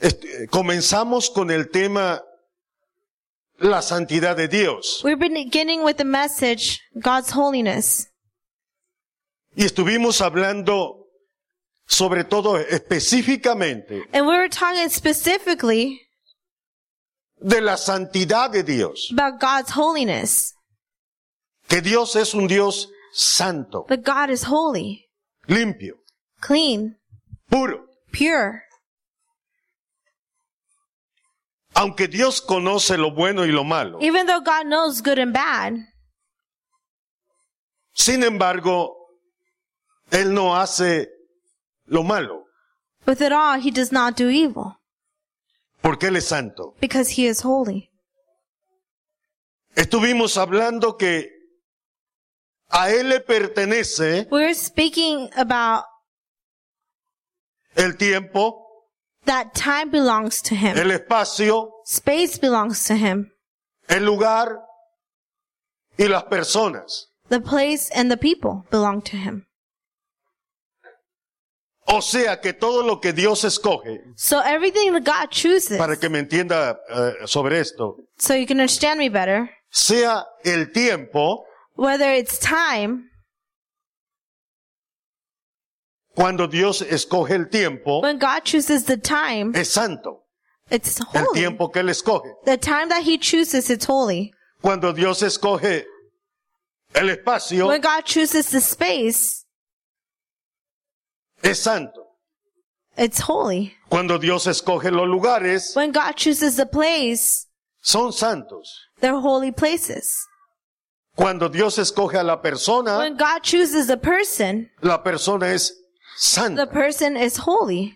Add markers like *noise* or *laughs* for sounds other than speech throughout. Este, comenzamos con el tema la santidad de Dios We're beginning with the message, God's holiness. y estuvimos hablando sobre todo específicamente And we were talking specifically de la santidad de Dios, about God's holiness, que Dios es un Dios santo, that God is holy, limpio, clean, puro. pure. Aunque Dios conoce lo bueno y lo malo, Even though God knows good and bad, sin embargo, Él no hace lo malo, with it all, He does not do evil porque Él es santo. because He is holy. Estuvimos hablando que a Él le pertenece We're speaking about el tiempo, that time belongs to Him, el espacio, space belongs to Him, el lugar y las personas. the place and the people belong to Him. O sea que todo lo que Dios escoge, So everything that God chooses, para que me entienda eh, sobre esto, so you can understand me better, sea el tiempo whether it's time, cuando Dios escoge el tiempo, when God chooses the time, es santo. it's El holy. tiempo que Él escoge. The time that He chooses, it's holy. Cuando Dios escoge el espacio, When God chooses the space, es santo. it's holy. Cuando Dios escoge los lugares, When God chooses the place, son santos. they're holy places. Cuando Dios escoge a la persona, When God chooses the person, la persona es the santa. person is holy.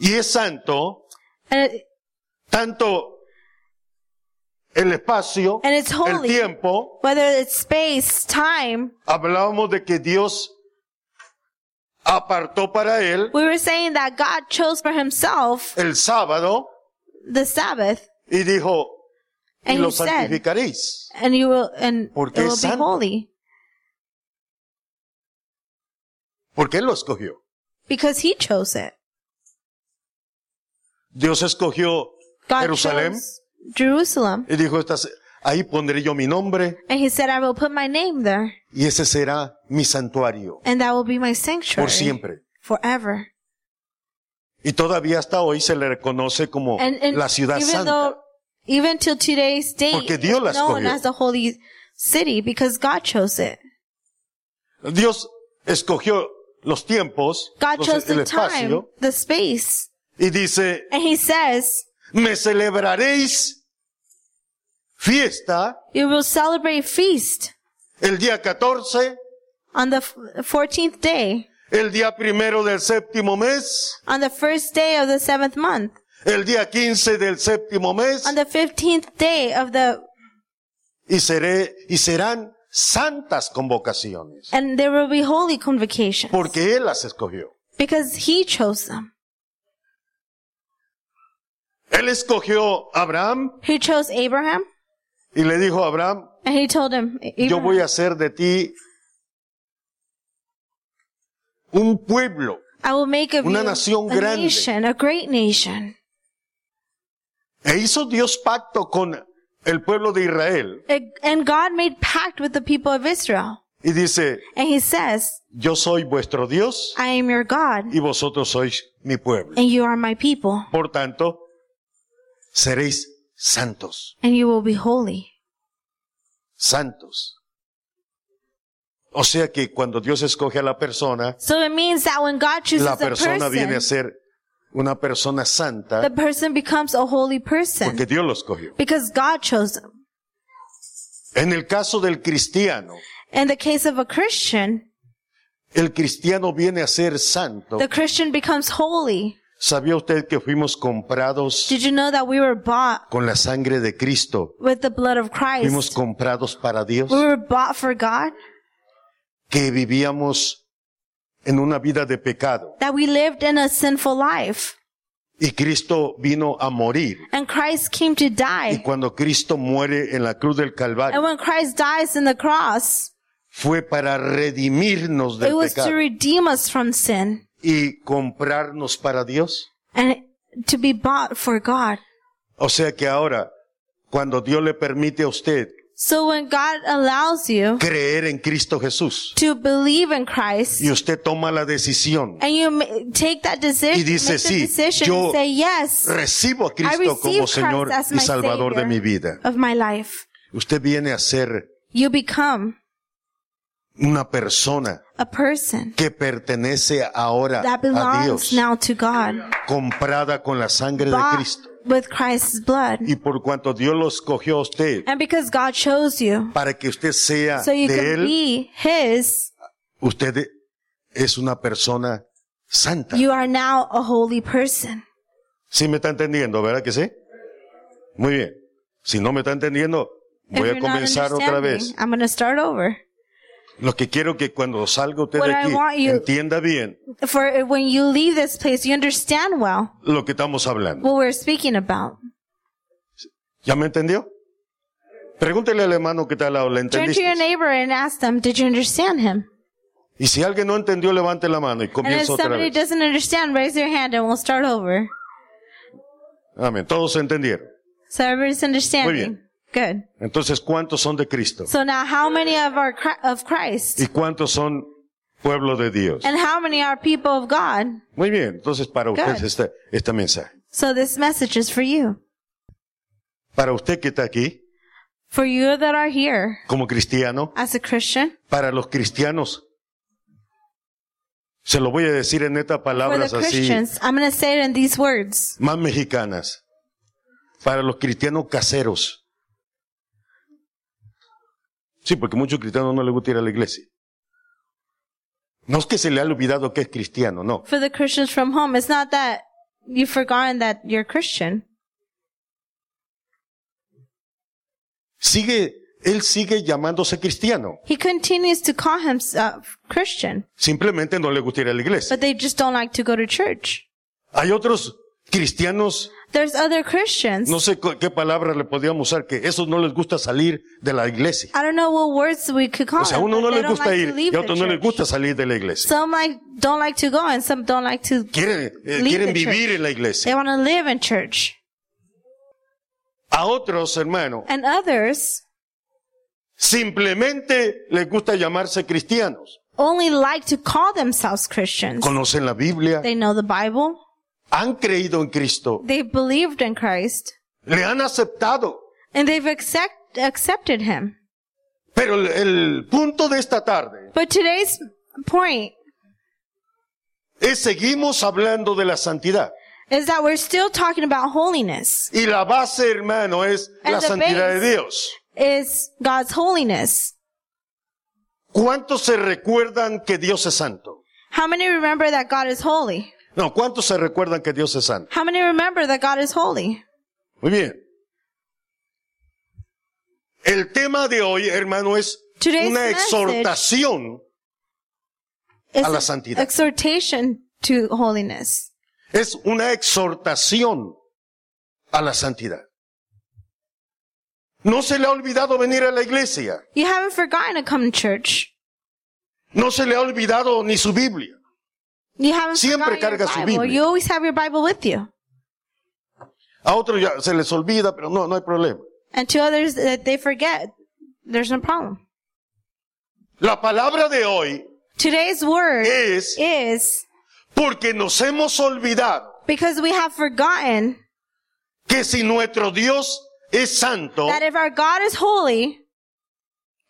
Y es santo And, it, tanto el espacio, and it's el holy. tiempo. Whether it's space, time, Hablábamos de que Dios apartó para él we were saying that God chose for himself el sábado the Sabbath y dijo, y And lo he said- santificaréis. and you will, and Porque it will es be santo. holy Porque él lo escogió. because he chose it. Dios escogió God Jerusalén chose Jerusalem. y dijo, "Estas- ahí pondré yo mi nombre And he said, I will put my name there y ese será mi santuario and that will be my sanctuary por siempre. forever. Y todavía hasta hoy se le reconoce como and, and Oh, la ciudad even santa. though even till today's date Porque Dios la it's known escogió. as the holy city because God chose it. Dios escogió los tiempos, God los- chose el the time, espacio the space, y dice, and He says, me celebraréis fiesta "You will celebrate feast el día 14, on the fourteenth day, el día primero del séptimo mes, on the first day of the seventh month, el día 15 del séptimo mes, on the fifteenth day of the, y seré, y serán santas convocaciones, and there will be holy convocations porque Él las escogió. because He chose them. Él escogió a Abraham He chose Abraham, y le dijo a Abraham, and He told him, yo voy Abraham, a hacer de ti un pueblo. I will make of una you nación a grande." nation, a great nation." E hizo Dios pacto con el pueblo de Israel And God made pact with the people of Israel. y dice, And he says, yo soy vuestro Dios I am your God, y vosotros sois mi pueblo. and you are my people, Por tanto, seréis santos, and you will be holy. santos. O sea que cuando Dios escoge a la persona, So it means that when God chooses la a person, persona viene a ser una persona the santa person becomes a holy person porque Dios lo escogió. because God chose them. En el caso del cristiano, In the case of a Christian, el cristiano viene a ser santo. the Christian becomes holy. ¿Sabía usted que fuimos comprados Did you know that we were bought con la sangre de Cristo? with the blood of Fuimos Christ? comprados para Dios, We were bought for God, que vivíamos en una vida de pecado. that we lived in a sinful life, Y Cristo vino a morir. and Christ came to Y die. cuando Cristo muere en la cruz del And Calvario, when Christ dies in the cross, fue para redimirnos It del was pecado. to redeem us from sin. y comprarnos para Dios. and to be bought for God. O sea que ahora, cuando Dios le permite a usted So when God allows you creer en Cristo Jesús to believe in Christ y usted toma la decisión, and you ma- take that decision, Y dice, make the "Sí, decision yo and say yes recibo a Cristo receive como Christ Señor as y my Salvador de Savior. mi vida. of my life. Usted viene a ser You become una persona a person que pertenece ahora that a belongs Dios, now to God, comprada con la sangre de bought Cristo. with Christ's blood. Y por cuanto Dios lo escogió a usted And because God chose you, para que usted sea so you Ah, de can Él, be His, usted es una persona santa. you are now a holy person. Sí me está entendiendo, ¿verdad que sí? Muy bien. Si no me está entendiendo, If voy a you're not comenzar otra understanding, vez. I'm going to start over. Lo que quiero que cuando salga usted What de I want aquí you- entienda bien For when you leave this place, you understand well lo que estamos hablando. what we're speaking about. ¿Ya me entendió? Pregúntele al hermano que está al lado, ¿le Turn to your entendiste? neighbor and ask them, did you understand him? Y si alguien no entendió, levante la mano y And if comienza otra somebody vez. doesn't understand, raise your hand and we'll start over. Amén. Todos entendieron. So everybody's Muy understanding. bien. Good. Entonces, ¿cuántos son de Cristo? So now how many of our Chri- of Christ ¿Y cuántos son pueblo de Dios? and how many are people of God? Muy bien. Entonces, para usted Good. este, este mensaje. So this message is for you. Para usted que está aquí, For you that are here como cristiano, as a Christian, para los cristianos. Se lo voy a decir en estas for the palabras así, Christians, I'm going to say it in these words. más mexicanas. Para los cristianos caseros. Sí, porque muchos cristianos no les gusta ir a la iglesia. No es que se le ha olvidado que es cristiano, no. For the Christians from home, it's not that you've forgotten that you're Christian. Sigue, él sigue llamándose cristiano. He continues to call himself Christian, Simplemente no le gusta ir a la iglesia. but they just don't like to go to church. Hay otros cristianos, There's other Christians. no sé cu- qué palabra le podríamos usar, que esos no les gusta salir de la iglesia. I don't know what words we could call O sea, a them, uno no but les they don't gusta like ir to leave y a the otro no les church. gusta salir de la iglesia. Some like don't like to go, and some don't like to. Quieren, eh, Leave quieren the vivir church. en la iglesia. They want to live in church, A otros, hermano, and others simplemente les gusta llamarse cristianos. only like to call themselves Christians. Conocen la Biblia, They know the Bible. han creído en Cristo, They believed in Christ, le han aceptado. and they've accept, accepted Him. Pero el, el punto de esta tarde But today's point es seguimos hablando de la santidad. is that we're still talking about holiness. Y la base, hermano, es And la the santidad base. de Dios. Is God's holiness? ¿Cuántos se recuerdan que Dios es santo? How many remember that God is holy? No, ¿cuántos se recuerdan que Dios es santo? How many remember that God is holy? Muy bien. El tema de hoy, hermano, es Today's una message exhortación. It's A la an santidad. Exhortation to holiness. Es una exhortación a la santidad. No se le ha olvidado venir a la iglesia. You haven't forgotten to come to church. No se le ha olvidado ni su Biblia. You haven't Siempre forgotten carga su your Bible. Biblia. You always have your Bible with you. A otros ya se les olvida, pero no, no hay problema. And to others that they forget, there's no problem. La palabra de hoy Today's word es is porque nos hemos olvidado because we have forgotten que si nuestro Dios es santo, that if our God is holy,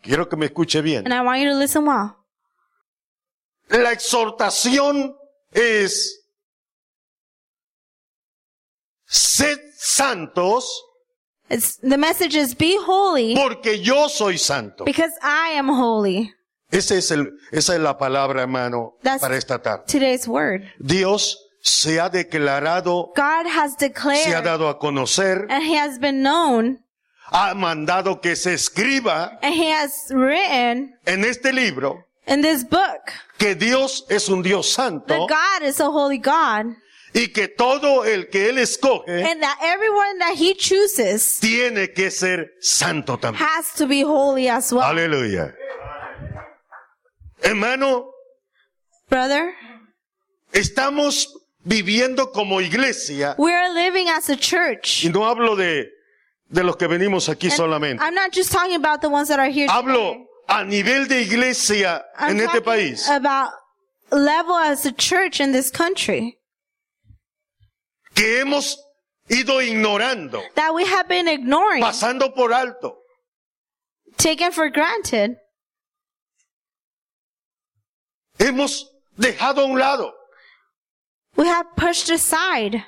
quiero que me escuche bien. and I want you to listen well, La exhortación es, sed santos it's, the message is be holy porque yo soy santo. because I am holy. Ese es el, esa es la palabra, hermano, That's- para esta tarde. Today's word. Dios se ha declarado, God has se ha declared dado a conocer, and he has been known ha mandado que se escriba and he has written en este libro in this book que Dios es un Dios santo that God is a holy God y que todo el que Él escoge and that everyone that he chooses tiene que ser santo también. has to be holy as well. Aleluya. Hermano, Brother, Estamos viviendo como iglesia. We are living as a church. Y no hablo de, de los que venimos aquí solamente. I'm not just talking about the ones that are here. today. Hablo a nivel de iglesia I'm en este talking país. About level as a church in this country que hemos ido ignorando, that we have been ignoring, pasando por alto. taken for granted. Hemos dejado a un lado. We have pushed aside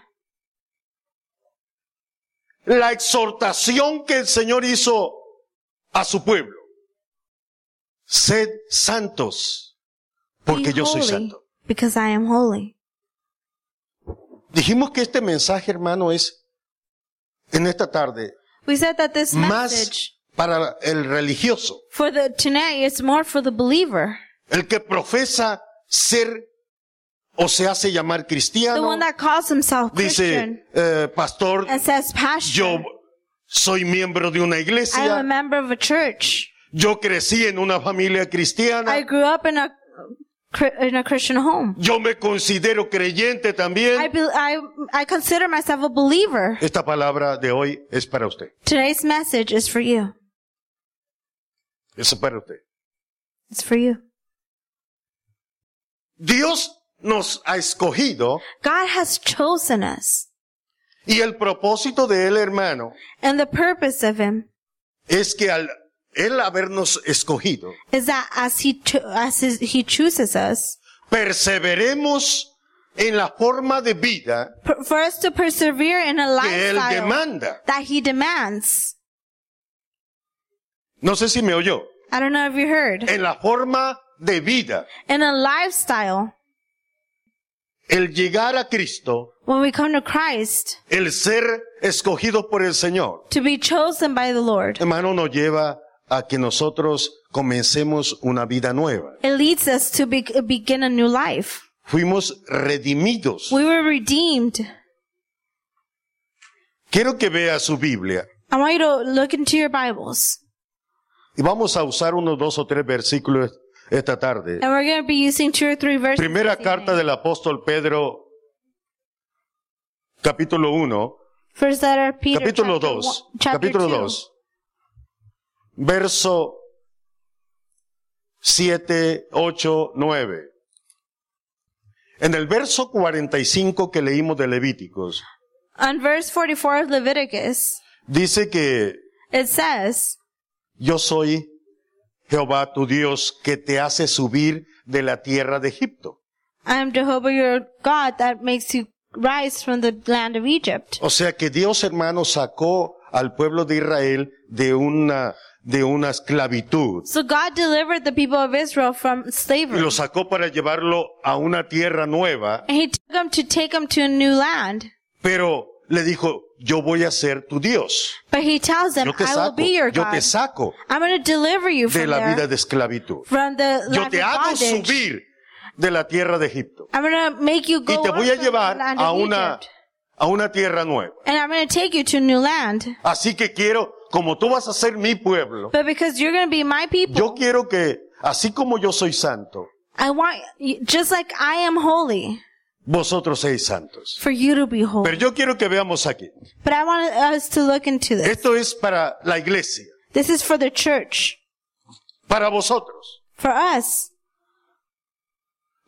la exhortación que el Señor hizo a su pueblo. Sed santos, porque Be yo soy holy, santo. Because I am holy. Dijimos que este mensaje, hermano, es en esta tarde We said that this más message para el religioso, for the tonight is more for the believer, el que profesa ser o se hace llamar the cristiano, one that calls himself Christian dice, eh, pastor, and says pastor. yo soy miembro de una I am a iglesia, member of a church. yo crecí en una familia I cristiana, grew up in a Chri- in a Christian home. yo me considero creyente también. I be, I I consider myself a believer. Esta palabra de hoy es para usted. Today's message is for you. Es para usted. It's for you. Dios nos ha escogido God has chosen us, y el propósito de Él, hermano, and the purpose of Him es que al Él habernos escogido, is that as He cho- as his, He chooses us, perseveremos en la forma de vida per- for us to persevere in a que Él lifestyle demanda. that He demands. No sé si me oyó. I don't know if you heard. En la forma de vida, In a lifestyle, el llegar a Cristo, when we come to Christ, el ser escogido por el Señor, to be chosen by the Lord, hermano, nos lleva a que nosotros comencemos una vida nueva. it leads us to be- begin a new life. Fuimos redimidos. We were redeemed. Quiero que vea su Biblia I want you to look into your Bibles, y vamos a usar unos dos o tres versículos esta tarde. and we're going to be using two or three verses. Primera this carta evening. del apóstol Pedro, capítulo 1, First letter of Peter, capítulo chapter 2, one- chapter capítulo two. 2, verso 7, 8, 9. En el verso 45 que leímos de Levíticos, On verse 44 of Leviticus, dice que it says, Yo soy Jehová tu Dios que te hace subir de la tierra de Egipto. I am Jehovah your God that makes you rise from the land of Egypt. O sea que Dios hermano sacó al pueblo de Israel de una, de una esclavitud So God delivered the people of Israel from y slavery. lo sacó para llevarlo a una tierra nueva, And he took them to take them to a new land. pero le dijo, yo voy a ser tu Dios. But he tells them, Yo te I will saco, be your yo te God. saco I'm going to deliver you de from la vida there, de esclavitud. from the Yo life te of hago bondage. subir de la tierra de Egipto I'm going to make you y go te up voy a from the llevar land a of una, Egypt. a una tierra nueva. And I'm going to take you to a new land. Así que quiero, como tú vas a ser mi pueblo, But because you're going to be my people, yo quiero que, así como yo soy santo, I want, you- just like I am holy, vosotros seis santos. for you to be Pero holy. yo quiero que veamos aquí. But I want us to look into this. Esto es para la iglesia, This is for the church, para vosotros. for us.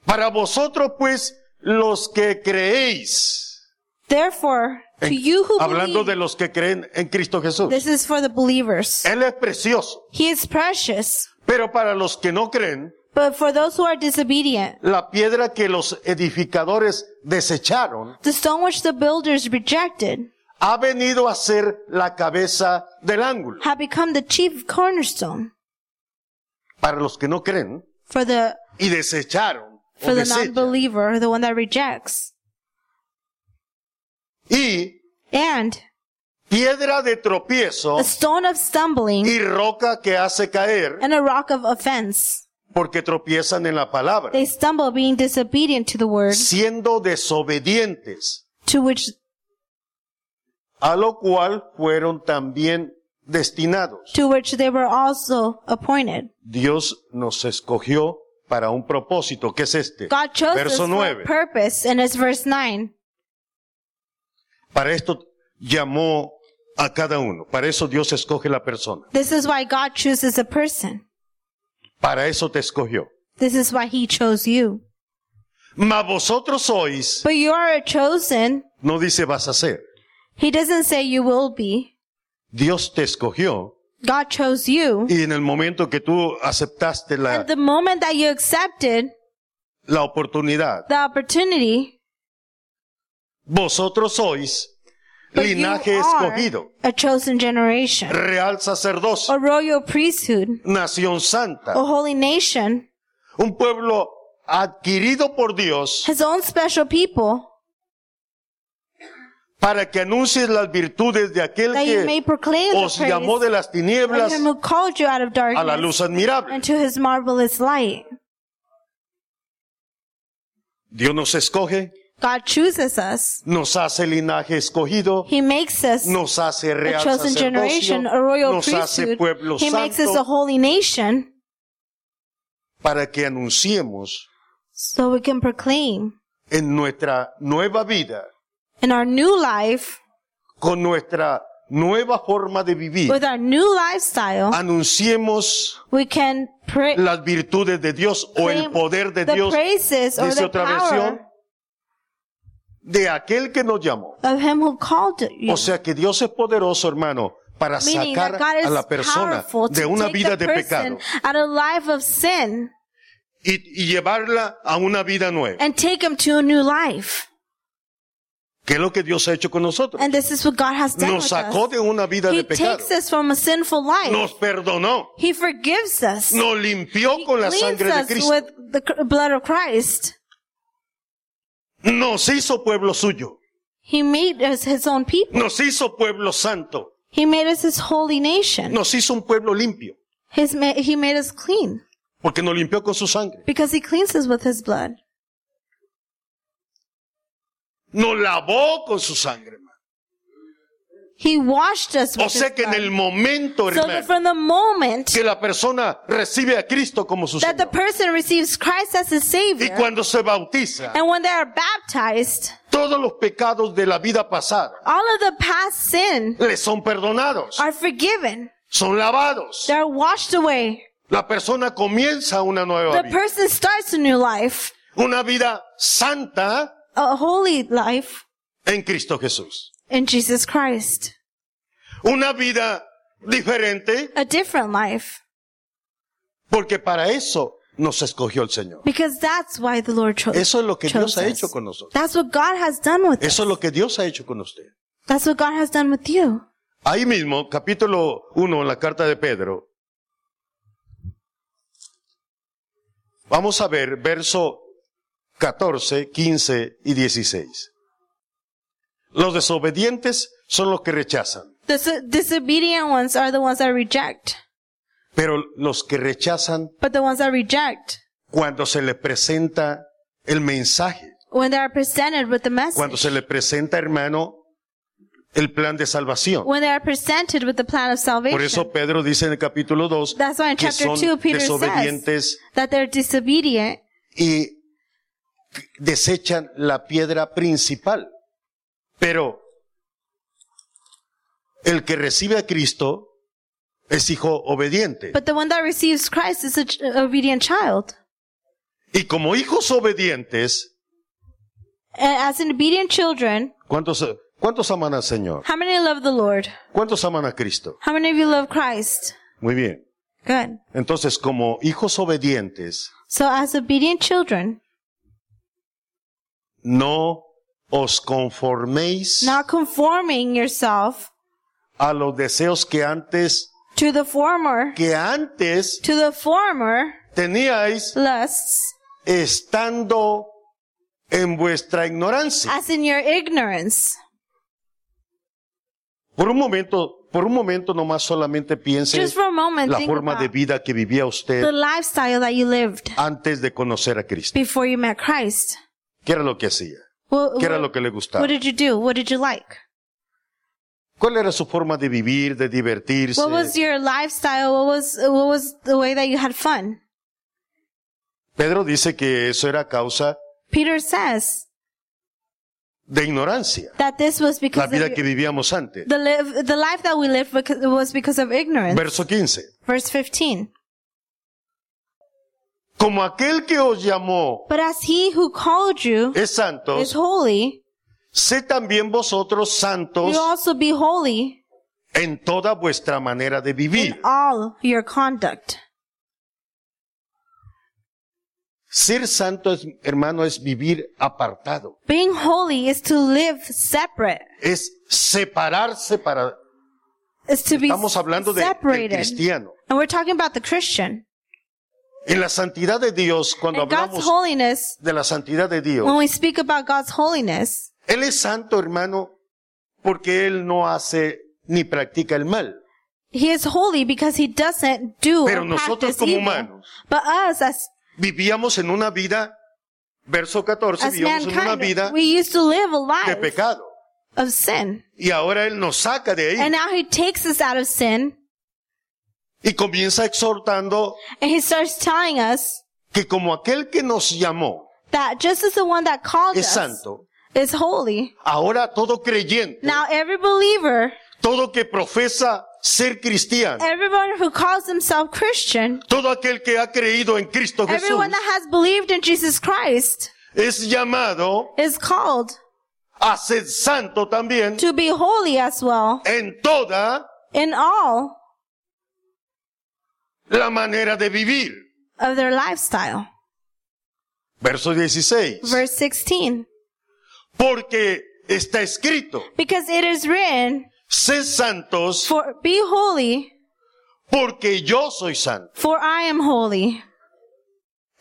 Para vosotros, pues, los que creéis. Therefore, to En- you who hablando believe, de los que creen en Cristo Jesús. this is for the believers. Él es precioso. He is precious. Pero para los que no creen, But for those who are disobedient, la piedra que los edificadores desecharon the stone which the builders rejected ha venido a ser la cabeza del ángulo. have become the chief cornerstone Para los que no creen, for the, y desecharon o for the desechan. non-believer, the one that rejects. y And piedra de tropiezo a stone of stumbling Oh. y roca que hace caer and a rock of offense. porque tropiezan en la palabra They stumble being disobedient to the word siendo desobedientes to which a lo cual fueron también destinados to which they were also appointed. Dios nos escogió para un propósito, que es este. God chose us Verso for 9. a purpose, and it's verse 9. Para esto llamó a cada uno. Para eso Dios escoge la persona. This is why God chooses a person. Para eso te escogió. This is why He chose you. Mas vosotros sois, But you are chosen. no dice vas a ser. He doesn't say you will be. Dios te escogió God chose you. y en el momento que tú aceptaste la, And the moment that you accepted la oportunidad, the opportunity, vosotros sois but linaje you are escogido, a chosen generation, real sacerdocio, a Oh. royal priesthood, nación santa, a holy nation, un pueblo adquirido por Dios His own special people, para que anuncies las virtudes de aquel that you may que proclaim the os llamó praise de las of tinieblas Him who called you out of a la darkness luz admirable. into His marvelous light. Dios nos escoge, God chooses us. nos hace linaje escogido, He makes us nos hace a real chosen sacerdocio, generation, a royal nos hace priesthood. pueblo He makes us a santo, holy nation para que anunciemos so we can proclaim en nuestra nueva vida, in our new life, con nuestra nueva forma de vivir, with our new Ah. lifestyle, anunciemos we can pray. las virtudes de Dios o el poder de the Dios, praises or dice the otra power versión, de aquel que nos llamó. of him who called you. O sea que Dios es poderoso, hermano, para Meaning sacar that God a is la persona powerful to de una take vida the de person pecado out of life of sin y, y llevarla a una vida nueva, and take him to a new life. que es lo que Dios ha hecho con nosotros. And this is what God has done Nos with sacó us. de una vida He de pecado, takes us from a sinful life. nos perdonó, He forgives us. nos limpió he con la cleans sangre de us Cristo, with the cr- blood of Christ. nos hizo pueblo suyo. He made us his own people. Nos hizo pueblo santo. He made us his holy nation. Nos hizo un pueblo limpio. His ma- he made us clean Porque nos limpió con su sangre. because he cleans us with his blood. Nos lavó con su sangre. hermano. He washed us with O sea his que en blood. el momento, So that hermano, from the moment que la persona recibe a Cristo como su that the Señor person receives Christ as his y Savior, cuando se bautiza, and when they are baptized, todos los pecados de la vida pasada all of the past sin le son perdonados, are forgiven. son lavados. They are washed away. La persona comienza una nueva The vida, person starts a new life, una vida santa a holy life en Cristo Jesús, in Jesus Christ, una vida diferente, a different life, porque para eso nos escogió el Señor. because that's why the Lord chose. Eso es lo que chose Dios ha us. hecho con nosotros. That's what God has done with us. Eso es lo que Dios ha hecho con usted. That's what God has done with you. Ahí mismo, capítulo 1 en la carta de Pedro. Vamos a ver verso 14, 15 y 16. Los desobedientes son los que rechazan, The s- disobedient ones are the ones that reject, pero los que rechazan but the ones that reject cuando se le presenta el mensaje, when they are presented with the message. cuando se le presenta, hermano, el plan de salvación. when they are presented with the plan of salvation. Por eso Pedro dice en el capítulo 2 That's why in que chapter son 2 Peter desobedientes that they're disobedient y desechan la piedra principal. Pero el que recibe a Cristo es hijo obediente. but the one that receives Christ is an obedient child. Y como hijos obedientes, And as an obedient children, ¿cuántos, cuántos aman al Señor? how many love the Lord? ¿Cuántos aman a Cristo? How many of you love Christ? Muy bien. Good. Entonces, como hijos obedientes, So as obedient children, no os conforméis not conforming yourself a los deseos que antes, to the former, que antes to the former teníais lusts estando en vuestra ignorancia. as in your ignorance. Por un momento, por un momento nomás solamente piense Just for a moment, la think forma de about vida que vivía the usted lifestyle that you lived antes de conocer a Cristo. before you met Christ. ¿Qué era lo que hacía? What, ¿Qué era what- lo que le what gustaba? did you do? What did you like? ¿Cuál era su forma de vivir, de divertirse? What was your lifestyle? What was what was the way that you had fun? Pedro dice que eso era causa Peter says de ignorancia, that this was la because of vida que vivíamos antes. the, live, the life that we lived because, was because of ignorance. Verso 15. Verse 15. Como aquel que os llamó But as he who called you es is santo, holy, sé también vosotros santos you also be holy en toda vuestra manera de in vivir. all your conduct. Ser santo, es- hermano, es vivir apartado. Being holy is to live separate. Es separarse para... Is to be Estamos hablando de, del separated. cristiano. and we're talking about the Christian. En la santidad de Dios, cuando And God's Oh. hablamos holiness, de la santidad de Dios, when we speak about God's holiness, Él es santo, hermano, porque Él no hace ni practica el mal. He is holy because He doesn't do Pero or nosotros practice como evil. humanos But us as, vivíamos en una vida, verso 14, as vivíamos en una vida mankind, we used to live a de life pecado. of sin. Y ahora Él nos saca de ahí And now He takes us out of sin y comienza exhortando and He starts telling us que como aquel que nos llamó that just as the one that called es us santo, is holy, ahora todo creyente, now every believer, todo que profesa ser cristiano, everyone who calls himself Christian, todo aquel que ha creído en Cristo Jesús, Everyone that has believed in Jesus Christ es llamado is called a ser santo también to be holy as well en toda in all la manera de vivir. of their lifestyle. Verso 16. Verse 16. Porque está escrito, Because it is written, sed santos for be holy, porque yo soy santo. for I am holy.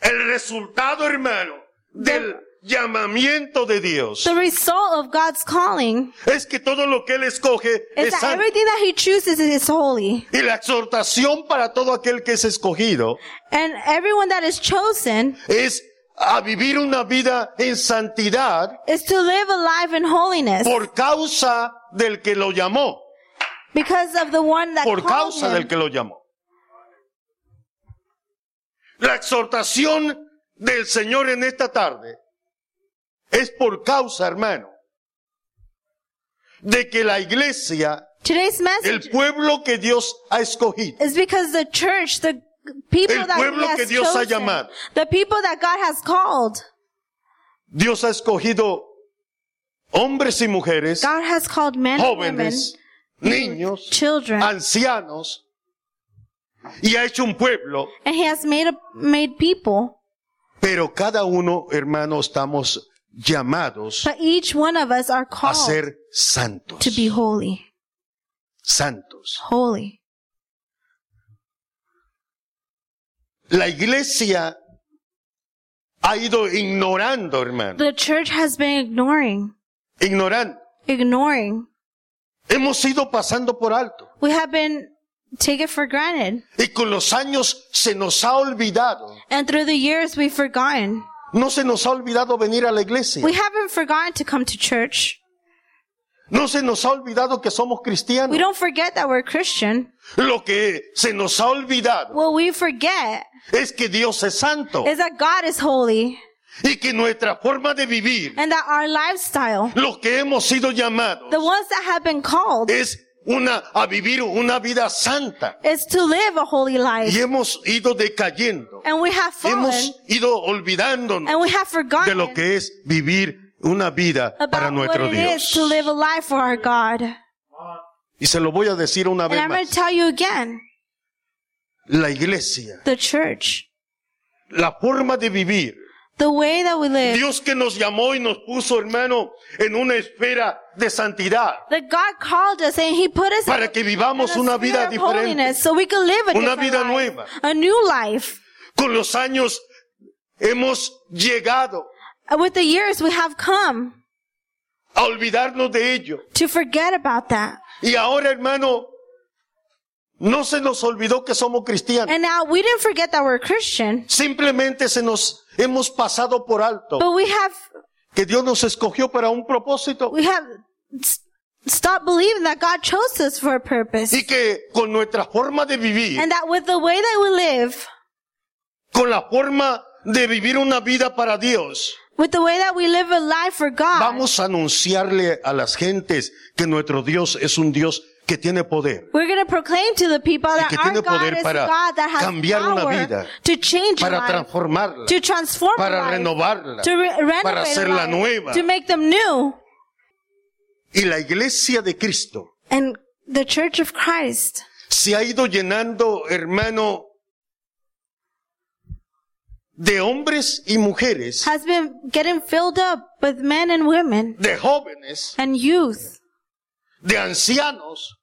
El resultado, hermano, del llamamiento de Dios The result of God's calling es que todo lo que Él escoge is es that santo. everything that he chooses is holy. Y la exhortación para todo aquel que es escogido And everyone that is chosen es a vivir una vida en santidad is to live a life in holiness por causa del que lo llamó, because of the one that por called causa him. del que lo llamó. La exhortación del Señor en esta tarde es por causa, hermano, de que la iglesia, Today's el message pueblo que Dios ha escogido, It's because the church, the people El that pueblo he has que Dios ha chosen, llamado. the people that God has called, Dios ha escogido hombres y mujeres, God has called men and women, jóvenes, niños, children, ancianos, y ha hecho un pueblo, and He has made a, made people. pero cada uno, hermano, estamos llamados But each one of us are a called ser santos. to be holy, Santos. holy. La iglesia ha ido ignorando, hermano. The church has been ignoring, Ignorando. ignoring. Hemos ido pasando por alto. We have been taken for granted, Y con los años se nos ha olvidado. and through the years we've forgotten. No se nos ha olvidado venir a la iglesia. We haven't forgotten to come to church. No se nos ha olvidado que somos We cristianos. don't forget that we're Christian. Lo que se nos ha olvidado What we forget es que Dios es santo is that God is holy. y que nuestra forma de vivir, and that our lifestyle, los que hemos sido llamados, the ones that have been called, es una a vivir una vida santa. is to live a holy Y life. hemos ido decayendo. And we have fallen Hemos ido olvidándonos and we have de forgotten lo que es vivir una vida para about what nuestro it is Dios. to live a life for our God. Y se lo voy a decir una And vez I'm going más. to tell you again, La iglesia, the church, la forma de vivir. the way that we live, Dios que nos llamó y nos puso, hermano, en una esfera de santidad that God called us and He put us in para que vivamos a una vida spirit of diferente. holiness so we could live a Una different vida life, nueva. a new life. Con los años hemos llegado And With the years, we have come a olvidarnos de ello. to forget about that. Y ahora, hermano, no se nos olvidó que somos cristianos. And now we didn't forget that we're Christian, Simplemente se nos hemos pasado por alto. but we have que Dios nos escogió para un propósito we have s- stopped believing that God chose us for a purpose. y que con nuestra forma de vivir, And that with the way that we live, con la forma de vivir una vida para Dios, With the way that we live a life for God, vamos a anunciarle a las gentes que nuestro Dios es un Dios que tiene poder. we're going to proclaim to the people that que our tiene God poder is a para God that has cambiar una power vida, to change a para life, transformarla, to transform a para life, renovarla, to re- renovate para a hacerla life, nueva. to make them new. Y la iglesia de Cristo And the Church of Christ se ha ido llenando, hermano, de hombres y mujeres, has been getting filled up with men and women de jóvenes, and youth de ancianos,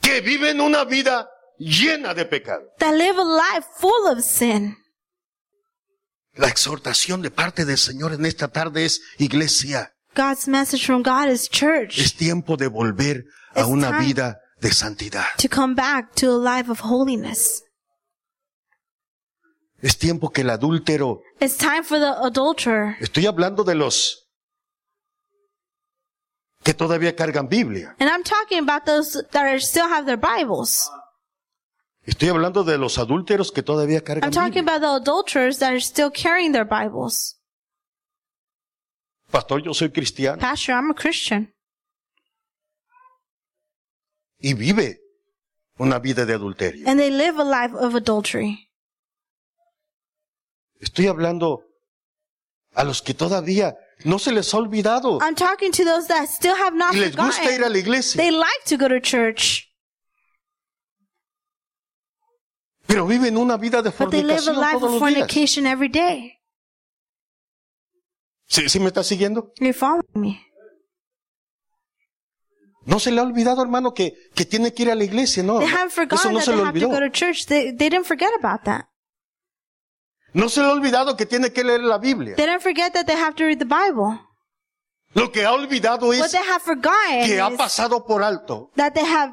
que viven una vida llena de pecado. that live a life full of sin. La exhortación de parte del Señor en esta tarde es, iglesia, God's message from God is church es tiempo de volver a It's una time. vida de santidad. to come back to a life of holiness. Es tiempo que el adúltero, It's time for the adulterer. estoy hablando de los que todavía cargan Biblia, And I'm talking about those that are, still have their Bibles. estoy hablando de los adúlteros que todavía cargan I'm talking Biblia. about the adulterers that are still carrying their Bibles. Pastor, yo soy cristiano Pastor, I'm a Christian. y vive una vida de adulterio. And they live a life of adultery. Estoy hablando a los que todavía no se les ha olvidado I'm talking to those that still have not y les gusta ir a forgotten. la iglesia, They like to go to church, pero viven una vida de but they live a fornicación life of todos los días. fornication every day. ¿Sí, sí me está siguiendo? You're following me. No se le ha olvidado, hermano, que, que tiene que ir a la iglesia, no. They haven't Oh, Eso forgotten no that se they le have to olvidó. go to church. They, they didn't forget about that. No se le ha olvidado que tiene que leer la Biblia. They didn't forget that they have to read the Bible. Lo que ha olvidado What es they have forgotten que ha is pasado por alto that they have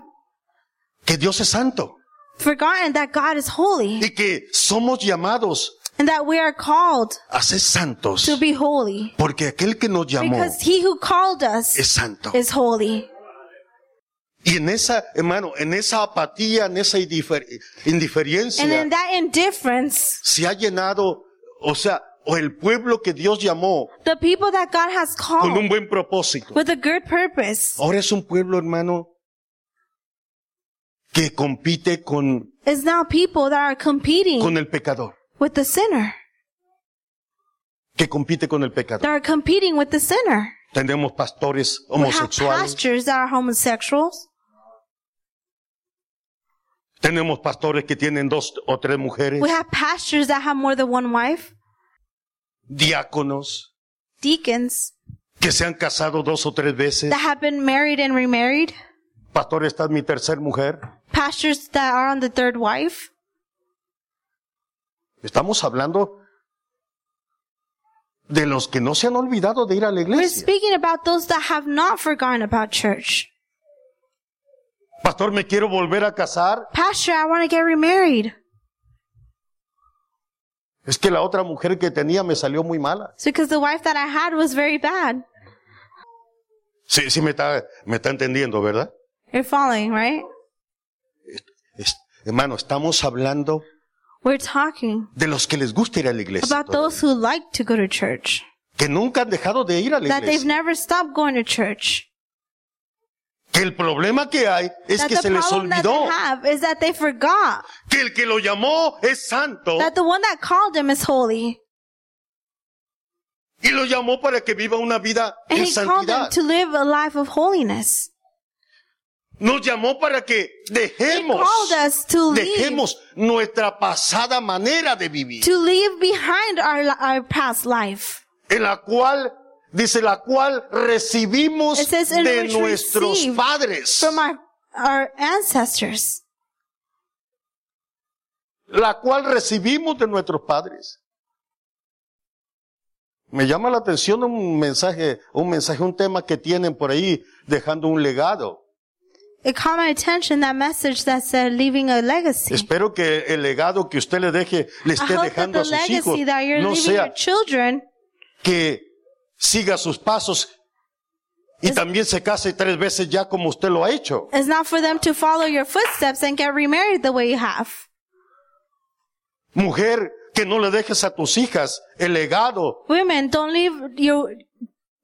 que Dios es santo forgotten that God is holy y que somos llamados and that we are called a ser santos to be holy porque aquel que nos llamó because he who called us es santo. is holy. Y en esa, hermano, en esa apatía, en esa indifer- And in indiferencia, that indifference, se ha llenado, o sea, o el pueblo que Dios llamó the people that God has con un called buen propósito. with a good purpose Ahora es un pueblo, hermano, que compite con, is now people that are competing con el pecador, with the sinner. que compite con el That pecador. are competing with the sinner. Tenemos pastores We have homosexuales, pastors that are homosexuals. tenemos pastores que tienen dos o tres mujeres, We have pastors that have more than one wife. diáconos, Deacons que se han casado dos o tres veces. that have been married and remarried. Pastor, esta es mi tercer mujer. Pastors that are on the third wife. Estamos hablando de los que no se han olvidado de ir a la We're iglesia. speaking about those that have not forgotten about church. Pues- Pastor, me quiero volver a casar. Pastor, I want to get remarried. Es que la otra mujer que tenía me salió muy mala. It's because the wife that I had was very bad. Sí, sí me está, me está entendiendo, ¿verdad? You're following, right? Es- hermano, estamos hablando We're talking de los que les gusta ir a la iglesia. about those who like to go to church, Que nunca han dejado de ir a la that they've iglesia. never stopped going to church. Que el problema que hay es That que se the les problem that olvidó they have is that they forgot que el que lo llamó es santo that the one that called them is holy. y lo llamó para que viva una vida And en he called santidad. them to live a life of holiness. Nos llamó para que He dejemos called us to leave, dejemos nuestra pasada manera de vivir, to leave behind our, li- our past life. en la cual, dice, la cual recibimos It says, "In de which nuestros received padres, from our, our ancestors, la cual recibimos de nuestros padres. Me llama la atención un mensaje, un mensaje, un tema que tienen por ahí, dejando un legado. it caught my attention that message that said leaving a legacy. Espero que el legado que usted le deje, le I esté hope that dejando the a sus hijos, legacy that you're no leaving your sea children que siga sus pasos y también se case tres veces ya como usted lo ha hecho. is not for them to follow your footsteps and get remarried the way you have. Mujer, que que no le dejes a tus hijas el legado. Women, don't leave your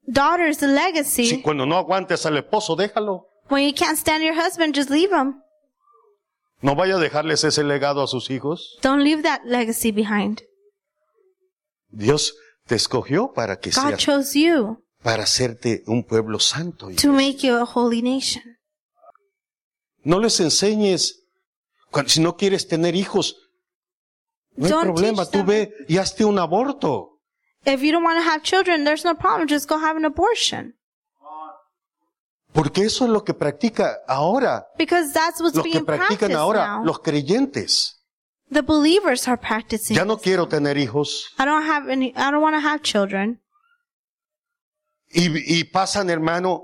daughters a legacy. Si cuando no aguantes al esposo, déjalo. when you can't stand your husband, just leave him. No vaya a dejarles ese legado a sus hijos. Don't leave that legacy behind. Dios te escogió para que God seas, chose you para hacerte un pueblo santo. to make you a holy nation. No les enseñes. Cuando- si no quieres tener hijos, no hay Don't problema. teach Tú them. ve y hazte un aborto. If you don't want to have children, there's no problem. Just go have an abortion. Porque eso es lo que practica ahora. Because that's what's Los que being practican practiced ahora, now. los creyentes. the believers are practicing. Ya no quiero tener hijos. I don't have any, I don't want to have children. Y, y pasan, hermano,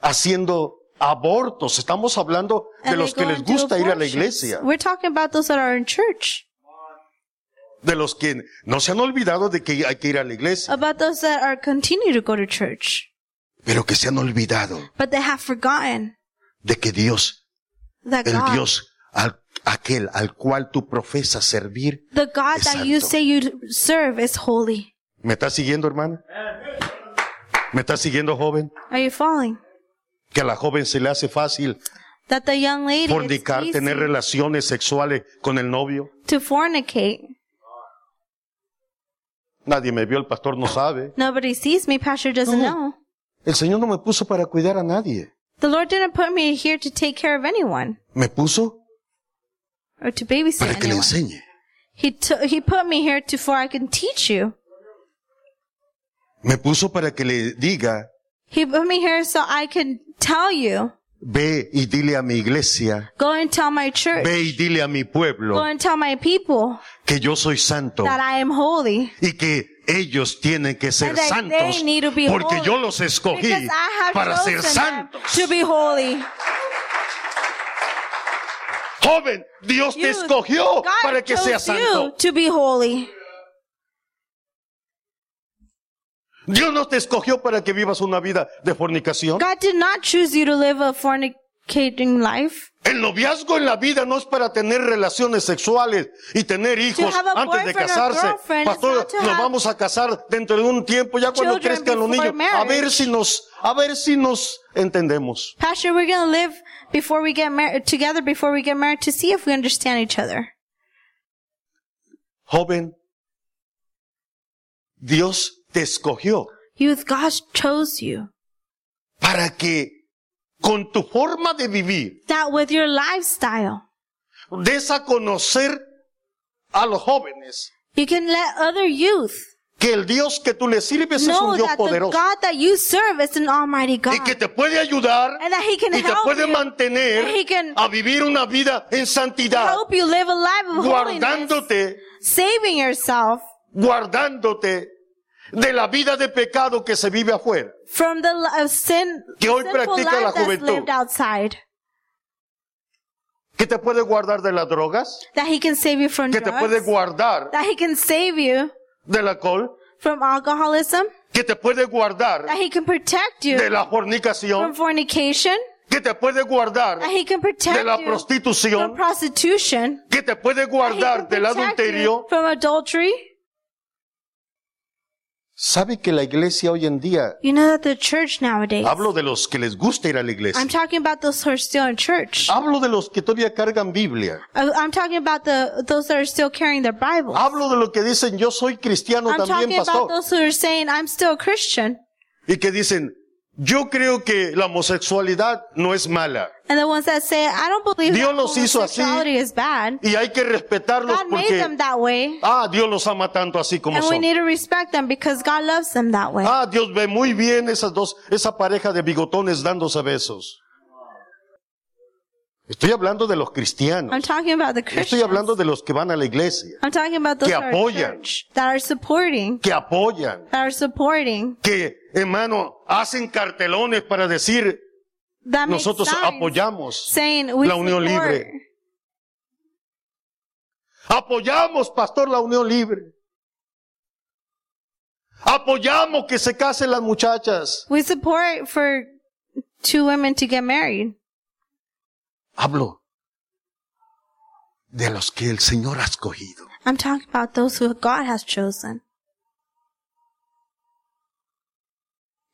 haciendo abortos. Estamos hablando de And los que they go les and do gusta ir a la abortions. iglesia. We're talking about those that are in church. De los que no se han olvidado de que hay que ir a la iglesia. About those that are continue to go to church. Pero que se han olvidado But they have forgotten de que Dios, that el God, Dios, al- aquel al cual tú profesas servir. the God es that you santo. say you serve is holy. ¿Me estás siguiendo, hermana? ¿Me estás siguiendo, joven? Are you falling? Que a la joven se le hace fácil That the young lady it's fornicar, easy tener relaciones sexuales con el novio. to fornicate. Nadie me vio, el pastor no sabe. Nobody sees me. Pastor doesn't No. know. El Señor no me puso para cuidar a nadie. The Lord didn't put me here to take care of anyone Me puso or to babysit para que le anyone. enseñe. He took, he put me here to for I can teach you. Me puso para que le diga, He put me here so I can tell you. ve y dile a mi iglesia, Go and tell my church. ve y dile a mi Go pueblo and tell my people que yo soy santo that I am holy. y que ellos tienen que ser And that santos they need to be porque holy. yo los escogí Because I have para ser chosen them santos. to be holy. Joven, Dios te You- escogió God para que chose seas you santo. to be holy. Dios no te escogió para que vivas una vida de fornicación. God did not choose you to live a fornicating life. El noviazgo en la vida no es para tener relaciones sexuales y tener hijos have a antes de boyfriend or casarse. girlfriend, Pastor, it's not to nos have vamos a casar dentro de un tiempo, ya cuando children crezcan los before niños. A ver marriage. si nos, a ver si nos entendemos. Pastor, we're going to live before we get married together before we get married to see if we understand each other. Joven, Dios te escogió Youth, God chose you. para que con tu forma de vivir That with your lifestyle, des a conocer a los jóvenes you can let other youth que el Dios que tú le sirves es know un Dios that the poderoso God that you serve is an almighty God. y que te puede ayudar and that He can y te help puede you, And mantener he can- a vivir una vida en santidad, help you live a life of holiness, guardándote, saving yourself guardándote de la vida de pecado que se vive afuera, from the li- of sin, Que hoy sinful practica la life that's juventud. lived outside. que te puede guardar de las drogas, That He can save you from que te puede drugs. guardar That He can save you del alcohol, from alcoholism. que te puede guardar That He can protect you de la from fornicación, fornication. que te puede guardar That He can de protect la you from prostitución, prostitution. que te puede He can guardar del protect you adulterio. From adultery. ¿Sabe que la iglesia hoy en día, You know that the church nowadays. hablo de los que les gusta ir a la I'm iglesia, talking about those who are still in church. hablo de los que todavía cargan Biblia, I- I'm talking about the those that are still carrying their Bible. Hablo de lo que dicen, yo soy cristiano I'm Ah, también, talking about pastor. those who are saying, I'm still a Christian. Y que dicen, yo creo que la homosexualidad no es mala. And the ones that say, I don't believe Dios that los hizo así. homosexuality is bad. Y hay que respetarlos God made them porque, that way. ah, Dios los ama tanto así como And we son. need to respect them because God loves them that way. Ah, Dios ve muy bien esas dos, esa pareja de bigotones dándose besos. Estoy hablando de los cristianos. I'm talking about the Estoy Christians. hablando de los que van a la iglesia, I'm talking about those que that are, in apoyan. church, that are supporting, que apoyan, that are supporting, que, hermano, hacen cartelones para decir, that make nosotros signs apoyamos. saying we la Unión support. Libre. Apoyamos, pastor, la unión libre. Apoyamos que se casen las muchachas. We support for two women to get married. Hablo de los que el Señor ha escogido. I'm talking about those who God has chosen.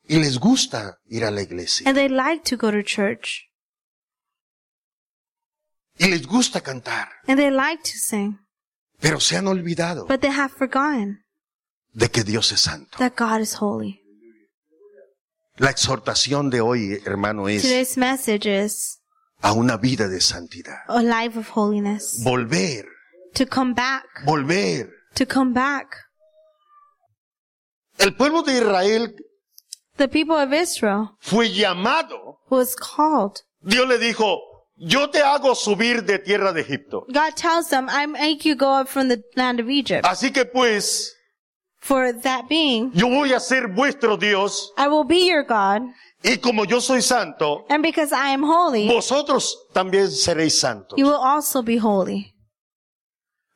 Y les gusta ir a la iglesia. And they like to go to church. Y les gusta cantar. And they like to sing. Pero se han olvidado But they have forgotten de que Dios es santo. that God is holy. La exhortación de hoy, hermano, es Today's message is a una vida de santidad. a life of holiness. Volver, To come back. volver. To come back. El pueblo de Israel The people of Israel fue llamado. was called. Dios le dijo, yo te hago subir de tierra de Egipto. God tells them, I make you go up from the land of Egypt. Así que pues, For that being, yo voy a ser vuestro Dios I will be your God. y como yo soy santo, And because I am holy, vosotros también seréis santos. you will also be holy.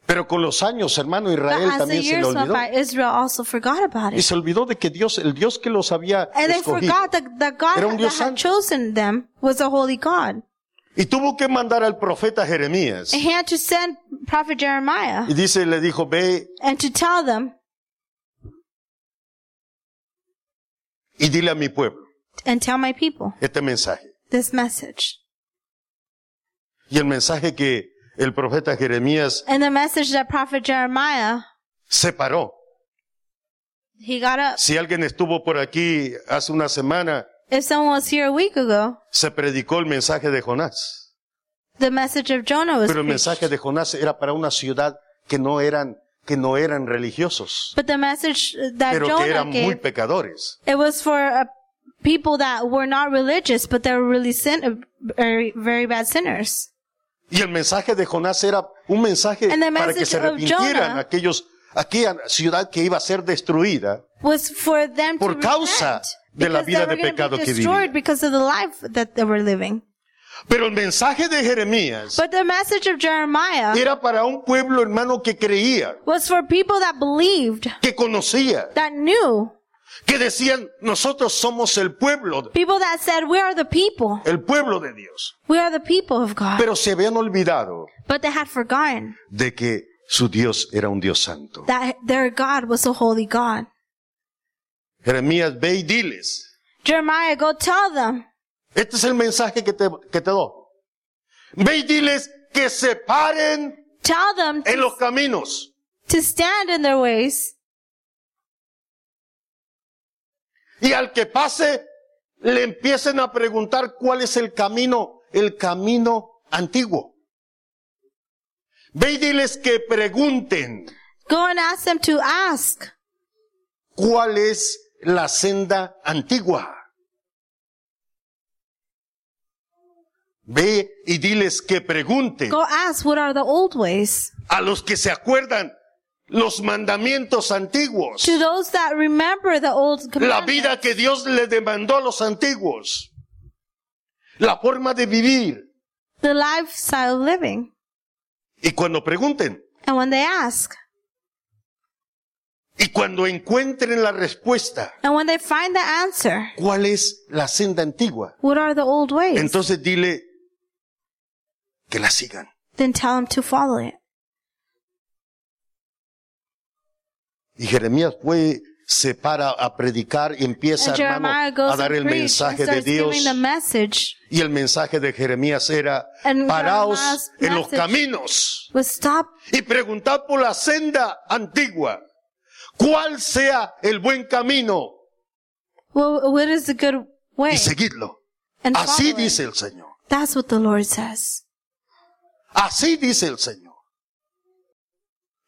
Pero con los años, hermano, But Israel as the también se le years went olvidó. by, Israel also forgot about Y it. se olvidó de que Dios, el Dios que los había And they escogido, forgot that the God Era un that Dios had santo. chosen them was a holy God. y tuvo que mandar al profeta Jeremías. And he had to send Prophet Jeremiah Y dice, le dijo, ve and to tell them y dile a mi pueblo and tell my people este mensaje. this message. Y el mensaje que el profeta Jeremías And the message that Prophet Jeremiah, se paró. he got up. Si alguien estuvo por aquí hace una semana, If someone was here a week ago, se predicó el mensaje de Jonás. the message of Jonah was Pero el preached. mensaje de Jonás era para una ciudad que no eran, que no eran religiosos, But the message that pero que Jonah eran muy gave, pecadores. it was for uh, people that were not religious, but they were really sin, uh, very, very bad sinners. Y el mensaje de Jonás era un mensaje And the para que message se of arrepintieran Jonah- aquellos, aquella ciudad que iba a ser destruida. Was for them Por to causa repent, de la because vida they were de gonna pecado be que destroyed vivían. because of the life that they were living. Pero el mensaje de Jeremías But the message of Jeremiah era para un pueblo hermano que creía, was for people that believed, que conocía, that knew, que decían, nosotros somos el pueblo, people that said, we are the people. el pueblo de Dios. We are the people of God. Pero se habían olvidado But they had forgotten de que su Dios era un Dios santo. that their God was a holy God. Jeremías, ve y diles. Jeremiah, go tell them. Este es el mensaje que te, que te doy. Ve y diles que se paren Tell them en to, los caminos. to stand in their ways. Y al que pase, le empiecen a preguntar cuál es el camino, el camino antiguo. Ve y diles que pregunten Go and ask them to ask. cuál es la senda antigua. Ve y diles que pregunten Go ask what are the old ways. a los que se acuerdan los mandamientos antiguos, To those that remember the old la commandments, vida que Dios le demandó a los antiguos, la forma de vivir, the lifestyle of living. Y cuando pregunten, And when they ask, y cuando encuentren la respuesta, and when they find the answer, ¿cuál es la senda antigua? what are the old ways? Entonces dile que la sigan. then tell them to follow it. Y Jeremías fue, se para a predicar y empieza, And hermano, Jeremiah goes a dar el and preaches and mensaje de starts Dios. giving the message Y el mensaje de Jeremías era, And paraos Jeremiah's en los message- caminos was stop y preguntad por la senda antigua, cuál sea el buen camino Well, what is the good way? y seguidlo. And follow Así it. dice el Señor. That's what the Lord says. Así dice el Señor.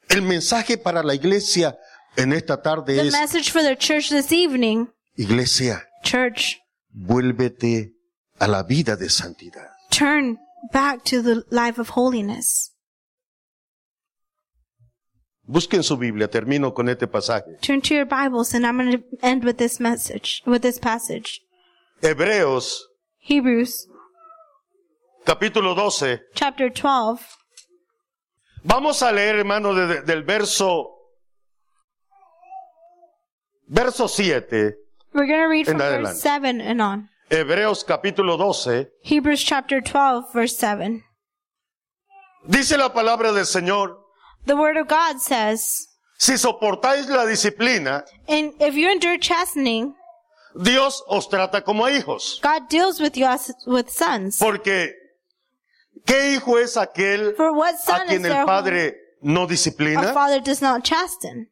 El mensaje para la iglesia en esta tarde The es, message for the church this evening, iglesia, church, vuélvete a la vida de santidad. turn back to the life of holiness. Busquen su Biblia, termino con este pasaje. Turn to your Bibles, and I'm going to end with this message, with this passage. Hebreos Hebrews capítulo 12. chapter 12. Vamos a leer, hermano, de- del verso, verso 7. We're going to read En from adelante. verse 7 and on. Hebreos capítulo 12, Hebrews chapter 12, verse 7. Dice la palabra del Señor, The word of God says, si soportáis la disciplina, and if you endure chastening, Dios os trata como a hijos. God deals with you as with sons. Porque, ¿qué hijo es aquel For what a son is quien there el whom padre no a disciplina? father does not chasten?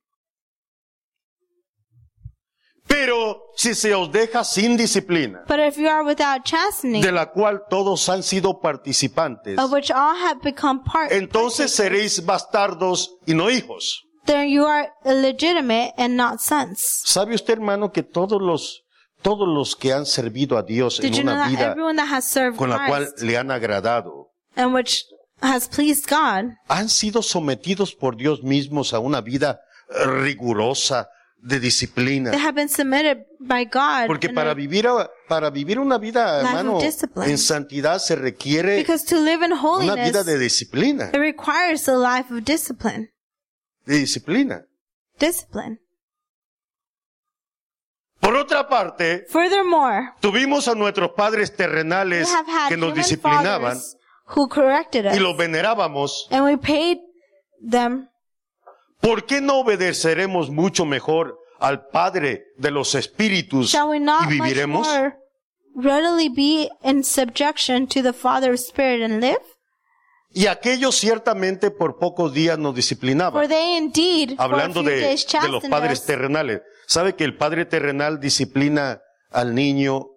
Pero si se os deja sin disciplina, But if you are without chastening, de la cual todos han sido participantes, of which all have become part, entonces seréis bastardos y no hijos. then you are illegitimate and not sons. ¿Sabe usted, hermano, que todos los, todos los que han servido a Dios Did you en know una that vida everyone that has served con la cual Christ le han agradado, and which has pleased God han sido sometidos por Dios mismos a una vida eh, rigurosa de they disciplina. have been submitted by God Porque in para a- vivir, a- para vivir una vida, Life of hermano, discipline. en santidad se requiere because to live in una holiness vida de disciplina. it requires a life of discipline De disciplina. discipline Por otra parte, furthermore tuvimos a nuestros padres we terrenales have had que nos human disciplinaban fathers who corrected us y los venerábamos. and we paid them ¿Por qué no obedeceremos mucho mejor al Padre de los Espíritus shall we not y much viviremos? more readily be in subjection to the father of spirit and live Y aquellos ciertamente por pocos días nos for disciplinaban. they indeed for Hablando a few de, days de los chastened padres us. terrenales. ¿Sabe que el Padre terrenal disciplina al niño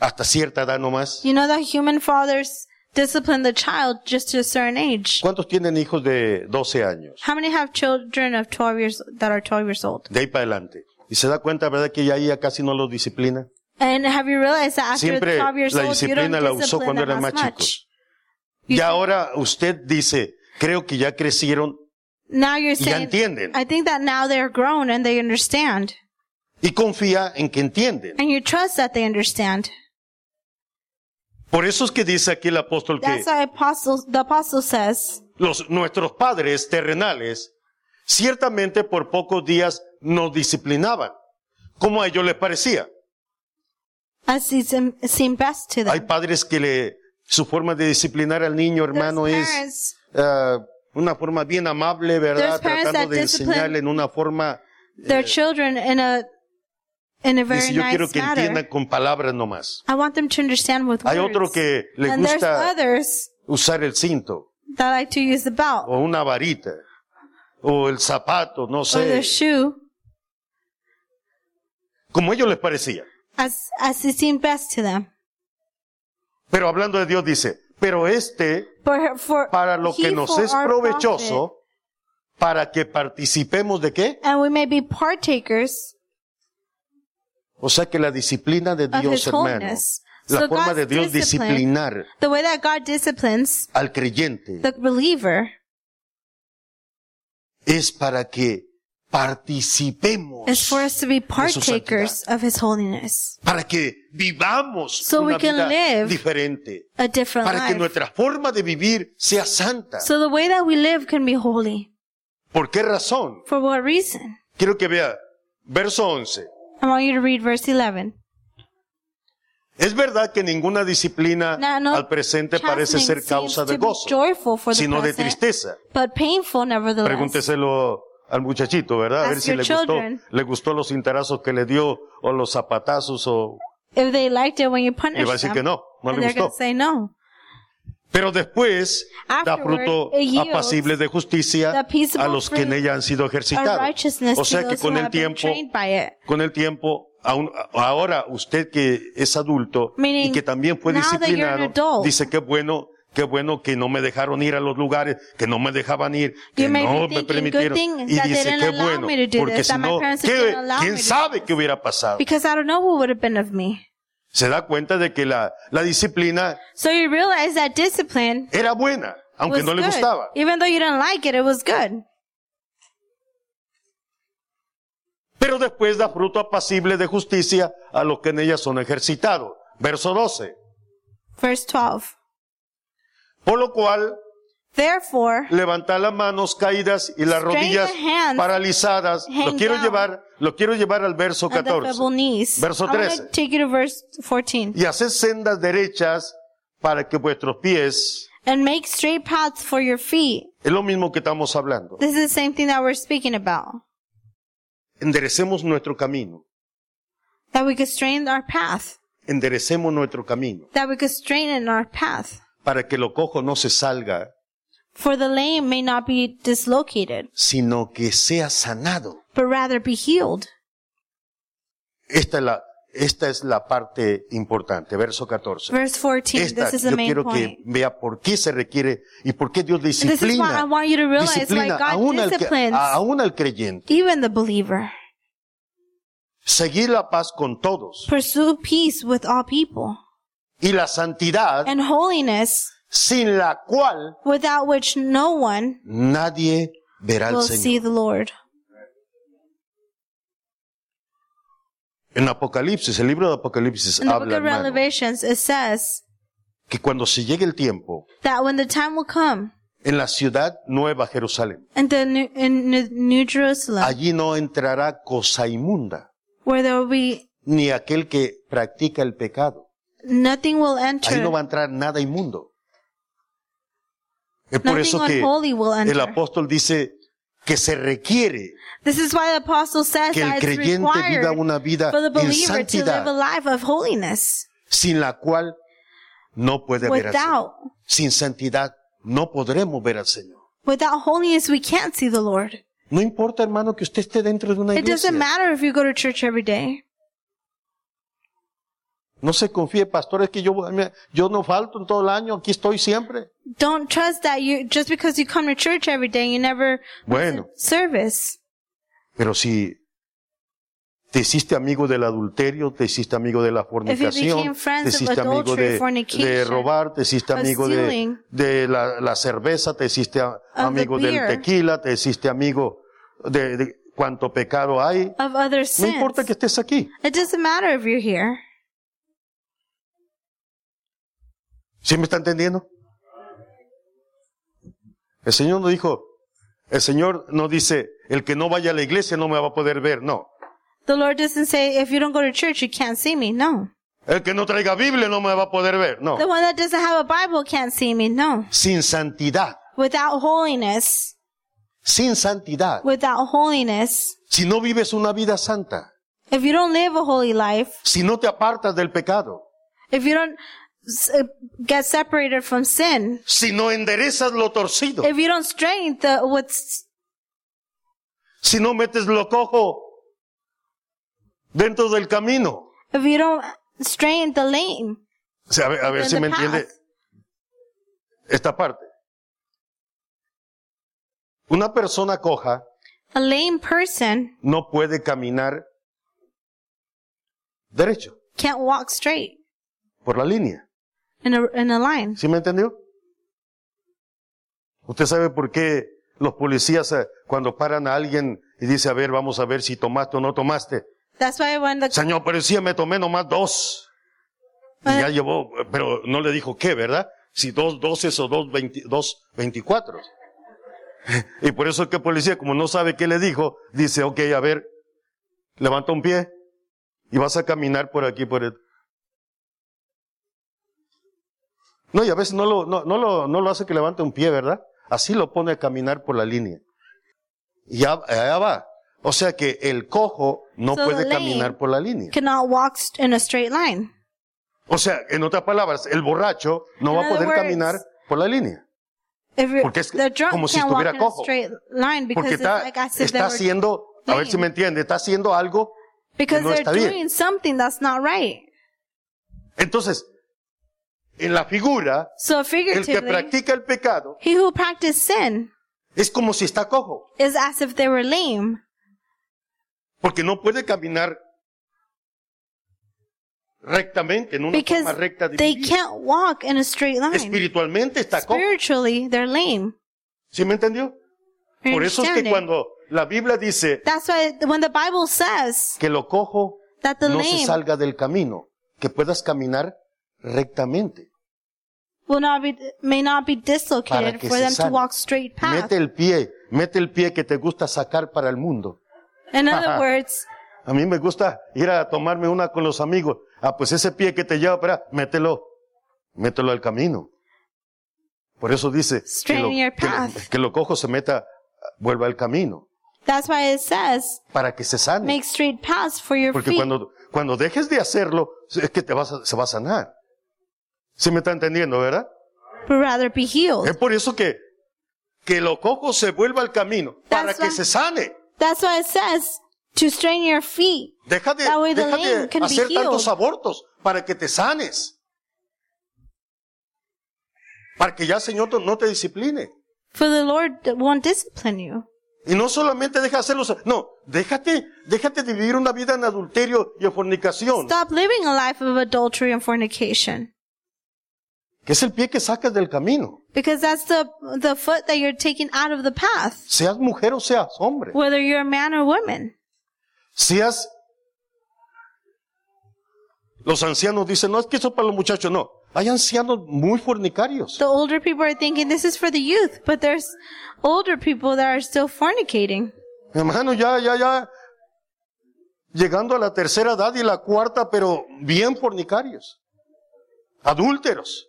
hasta cierta edad nomás? you know that human fathers discipline the child just to a certain age ¿Cuántos tienen hijos de 12 años? How many have children of 12 years that are 12 years old? De ahí para adelante. Y se da cuenta, ¿verdad? Que ya ella casi no los disciplina. And have you realized that after Siempre 12 years la old, you don't disciplina la usó discipline cuando them eran as más much? chicos. Y ahora usted dice, creo que ya crecieron Now you're y ya saying, entienden. I think that now they're grown and they understand. Y confía en que entienden. And you trust that they understand. Por eso es que dice aquí el apóstol que That's why apostle, the apostle says, los, nuestros padres terrenales ciertamente por pocos días nos disciplinaban, como a ellos les parecía. as it seem- seemed best to Hay them. padres que le, su forma de disciplinar al niño There's hermano es parents, ah, una forma bien amable, ¿verdad? There's parents Tratando that de discipline- enseñarle en una forma, their children in a, in dice, a very eh, yo quiero nice que entiendan manner. con palabras nomás. I want them to understand with Hay words. otro que le and there's gusta others usar el cinto, that like to use the belt o una varita, o el zapato, no or sé, the shoe. como a ellos les parecía. as as it seemed best to them. Pero hablando de Dios dice, pero este For for para lo he que nos for es our provechoso, para que participemos de qué? profit, and we may be partakers O sea que la disciplina de of Dios, his hermano, holiness. la so forma God's de Dios discipline, disciplinar the way that God disciplines al creyente the believer es para que participemos, is for us to be partakers santidad. of his holiness, para que vivamos So una we can vida live diferente, a different para que life. nuestra forma de vivir sea santa. So the way that we live can be holy. ¿Por qué razón? For what reason? Quiero que vea verso 11. I want you to read verse 11. Es verdad que ninguna disciplina Now, no al presente parece chastening ser causa seems de to be gozo, joyful for the sino de present, tristeza. but painful nevertheless. Pregúnteselo al muchachito, ¿verdad? A ver Ask si le your gustó, children. le gustó los cintarazos que le dio o los zapatazos o If they liked it when you le punished va a decir them, que no, no and le they're gustó. going to say no. Pero después da Afterward, fruto it yields apacible de the justicia peaceable a los que en fruit ella han sido our ejercitados. righteousness O to sea que those who con el have been tiempo, trained by it. con el tiempo, aún- ahora usted que es adulto y Meaning, que también fue now that you're an disciplinado, adult. dice que bueno, qué bueno que no me dejaron ir a los lugares, que no me dejaban ir, que You may no be me thinking, permitieron. good thing Y that they dice didn't que allow bueno, me to do porque this, si that my no, parents ¿qué- didn't allow ¿quién me to do sabe this? qué hubiera pasado? Because I don't know what would have been of me. Se da cuenta de que la, la disciplina So you realize that discipline era buena, aunque was no le good. gustaba. Even though you didn't like it, it was good. Pero después da fruto apacible de justicia a los que en ella son ejercitados. Verso 12. Verse 12. Por lo cual, Therefore, levantad las manos caídas y las Strain rodillas the hands paralizadas. Lo hang quiero down. llevar, lo quiero llevar al verso and the feeble 14. knees. Verso I want 13. to take you to verse 14. Y haced sendas derechas para que vuestros pies and make straight paths for your feet. Es lo mismo que estamos hablando. This is the same thing that we're speaking about. Enderecemos nuestro camino. That we could straighten our path. Enderecemos nuestro camino That we could straighten our path. para que lo cojo no se salga, For the lame may not be dislocated, sino que sea sanado. but rather be healed. Esta es la, esta es la parte importante. Verso 14. Verse 14, Esta, this is the yo main quiero que point. vea por qué se requiere y por qué Dios This is why I disciplina, want you to realize disciplina why God aún al, que- disciplines a- aún al creyente. even the believer. Seguir la paz con todos Pursue peace with all people y la santidad and holiness, sin la cual without which no one nadie verá al will Señor. see the Lord. En Apocalipsis, el libro de Apocalipsis In the book habla of hermano, Revelations, it says que cuando se llegue el tiempo that when the time will come en la ciudad nueva Jerusalén, in the new, in New- New Jerusalem, allí no entrará cosa inmunda, where there will be ni aquel que practica el pecado. nothing will Ahí enter, no va a entrar nada inmundo. Es por nothing eso que unholy will el enter. apóstol dice que se requiere This is why the apostle says que el that it's creyente required viva una vida for the en believer to live a santidad, life of holiness. sin la cual no puede ver al Señor. Without Sin santidad no podremos ver al Señor. without holiness, we can't see the Lord. No importa, hermano, que usted esté dentro de una It iglesia. doesn't matter if you go to church every day. No se confíe, pastor, es que yo, mira, yo no falto en todo el año, aquí estoy siempre. Don't trust that you just because you come to church every day, you never Bueno, service. pero si te hiciste amigo del adulterio, te hiciste amigo de la fornicación, became friends te of hiciste amigo adultery, de, fornication, de robar, te hiciste of amigo de, stealing, de la, la cerveza, te hiciste a- the amigo del beer. tequila, te hiciste amigo de, de cuánto pecado hay. Of other No sins. importa que estés aquí. It doesn't matter if you're here. ¿Sí me está entendiendo? El Señor no dijo, el Señor no dice, el que no vaya a la iglesia no me va a poder ver, no. The Lord doesn't say, if you don't go to church, you can't see me. No. El que no traiga Biblia no me va a poder ver, no. The one that doesn't have a Bible can't see me. No. Sin santidad, Without holiness, sin santidad. without holiness, Si no vives una vida santa, if you don't live a holy life, si no te apartas del pecado, if you don't s- uh, get separated from sin, si no enderezas lo torcido, if you don't strengthen the, what's si no metes lo cojo dentro del camino. if you don't strain the lame, O sea, a ver, a ver Then si the me entiende path. esta parte. Una persona coja a lame person no puede caminar derecho can't walk straight por la línea. in a in a line. ¿Sí me entendió? Usted sabe por qué los policías eh, cuando paran a alguien y dice, a ver, vamos a ver si tomaste o no tomaste. That's why when the Señor policía, me tomé nomás dos. Y ya llevó, pero no le dijo qué, ¿verdad? Si dos doces o dos, veinti- dos veinticuatro. *laughs* Y por eso que el policía, como no sabe qué le dijo, dice, ok, a ver, levanta un pie y vas a caminar por aquí, por el... No, y a veces no lo, no, no lo, no lo hace que levante un pie, ¿verdad? Así lo pone a caminar por la línea. Y ya, allá va. O sea que el cojo no So puede lame. caminar por la línea. cannot walk st- in a straight line. O sea, en otras palabras, el borracho no In va a poder other words, caminar por la línea. If you, Porque es the drunk como si can't walk estuviera in a cojo. straight line because Porque it's está, like as if they está were, haciendo, a ver lame. si me entiende, está haciendo algo. because no they're está bien. doing something that's not right. Entonces, en la figura, So el que figuratively, practica el pecado he who practiced sin es como si está cojo, is as if they were lame porque no puede caminar rectamente, en una because forma recta de they vivir. can't walk in a straight line. Espiritualmente está cojo. Spiritually, they're lame. ¿Sí me entendió? You Por eso es que understand it? cuando la Biblia dice That's why when the Bible says que lo cojo that the no se lame salga del camino, que puedas caminar rectamente. will not be may not be Para dislocated que for se them to sane. walk straight path. Mete el pie, mete el pie que te gusta sacar para el mundo. In other words, A mí me gusta ir a tomarme una con los amigos. Ah, pues ese pie que te lleva para, mételo, mételo al camino. Por eso dice que lo, Straighten your que lo- path. que lo cojo se meta, vuelva al camino, That's why it says, para que se sane. make straight paths for your Porque feet. cuando, cuando dejes de hacerlo, es que te vas a- se va a sanar. ¿Sí me está entendiendo, verdad? but rather be healed. Es por eso que, que lo cojo se vuelva al camino, para That's que why- se sane. That's why it says, to straighten your feet. Deja de, That way the deja de lame can be hacer tantos healed. abortos, para que te sanes. Para que ya el Señor no- no te discipline. For the Lord won't discipline you. Y no solamente deja de hacerlos, no, déjate, déjate de vivir una vida en adulterio y en fornicación, Stop living a life of adultery and fornication. que es el pie que sacas del camino. Because that's the, the foot that you're taking out of the path. Seas mujer o seas hombre. Whether you're a man or woman. Seas. Los ancianos dicen, no es que eso es para los muchachos, no. Hay ancianos muy fornicarios. The older people are thinking this is for the youth, but there's older people that are still fornicating. Hermano, ya, ya, ya. Llegando a la tercera edad y la cuarta, pero bien fornicarios. Adúlteros.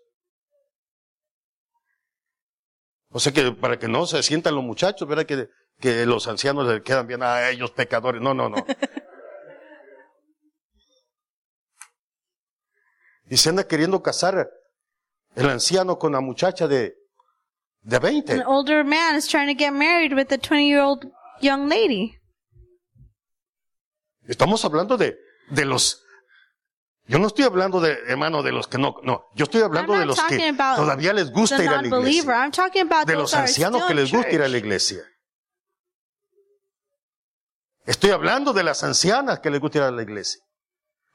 O sea que para que no se sientan los muchachos, ¿verdad? Que, que los ancianos le quedan bien a ellos pecadores. No, no, no. y se anda queriendo casar el anciano con la muchacha de, de 20. An older man is trying to get married with a 20 year old young lady. Estamos hablando de, de los. Yo no estoy hablando de, hermano, de los que no. No, yo estoy hablando I'm de not los que talking about todavía les gusta The ir a la non believer. iglesia. I'm talking about De those los that are ancianos still que in les gusta ir a la church. iglesia. Estoy hablando de las ancianas que les gusta ir a la iglesia.